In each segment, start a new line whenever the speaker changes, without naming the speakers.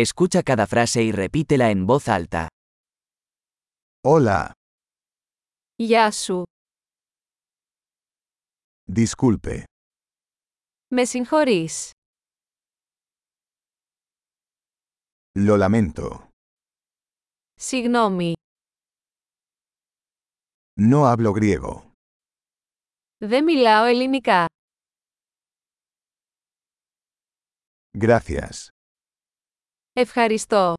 Escucha cada frase y repítela en voz alta.
Hola,
Γεια σου.
disculpe,
Με συγχωρείς.
lo lamento.
Συγγνώμη.
No hablo griego.
Δεν μιλάω ελληνικά.
Gracias.
Ευχαριστώ.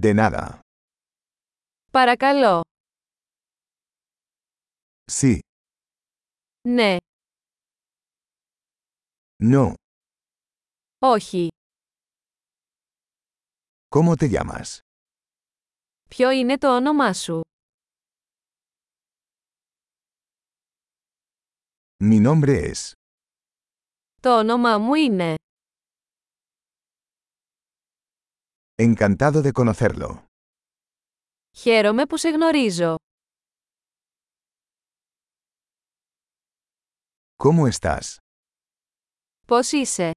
De nada.
Παρακαλώ.
Sí,
Ναι.
no.
Όχι.
¿Cómo te llamas?
Ποιο είναι το όνομά σου.
Mi nombre es.
Το όνομά μου είναι.
Encantado de conocerlo.
Χαίρομαι που σε γνωρίζω.
¿Cómo estás?
Πώς είσαι.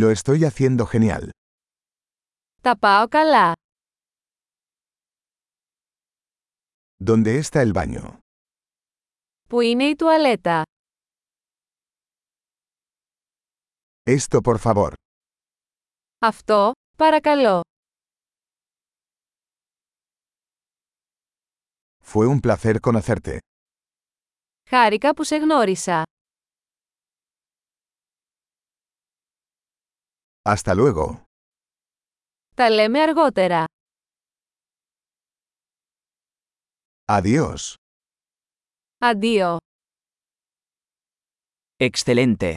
Lo estoy haciendo genial.
Τα πάω καλά.
¿Dónde está el baño?
Πού είναι η τουαλέτα.
Esto, por favor.
Αυτό, παρακαλώ.
Fue un placer conocerte.
Χάρηκα που σε γνώρισα.
Hasta luego.
Τα λέμε αργότερα.
Adiós.
Αντίο.
Excelente.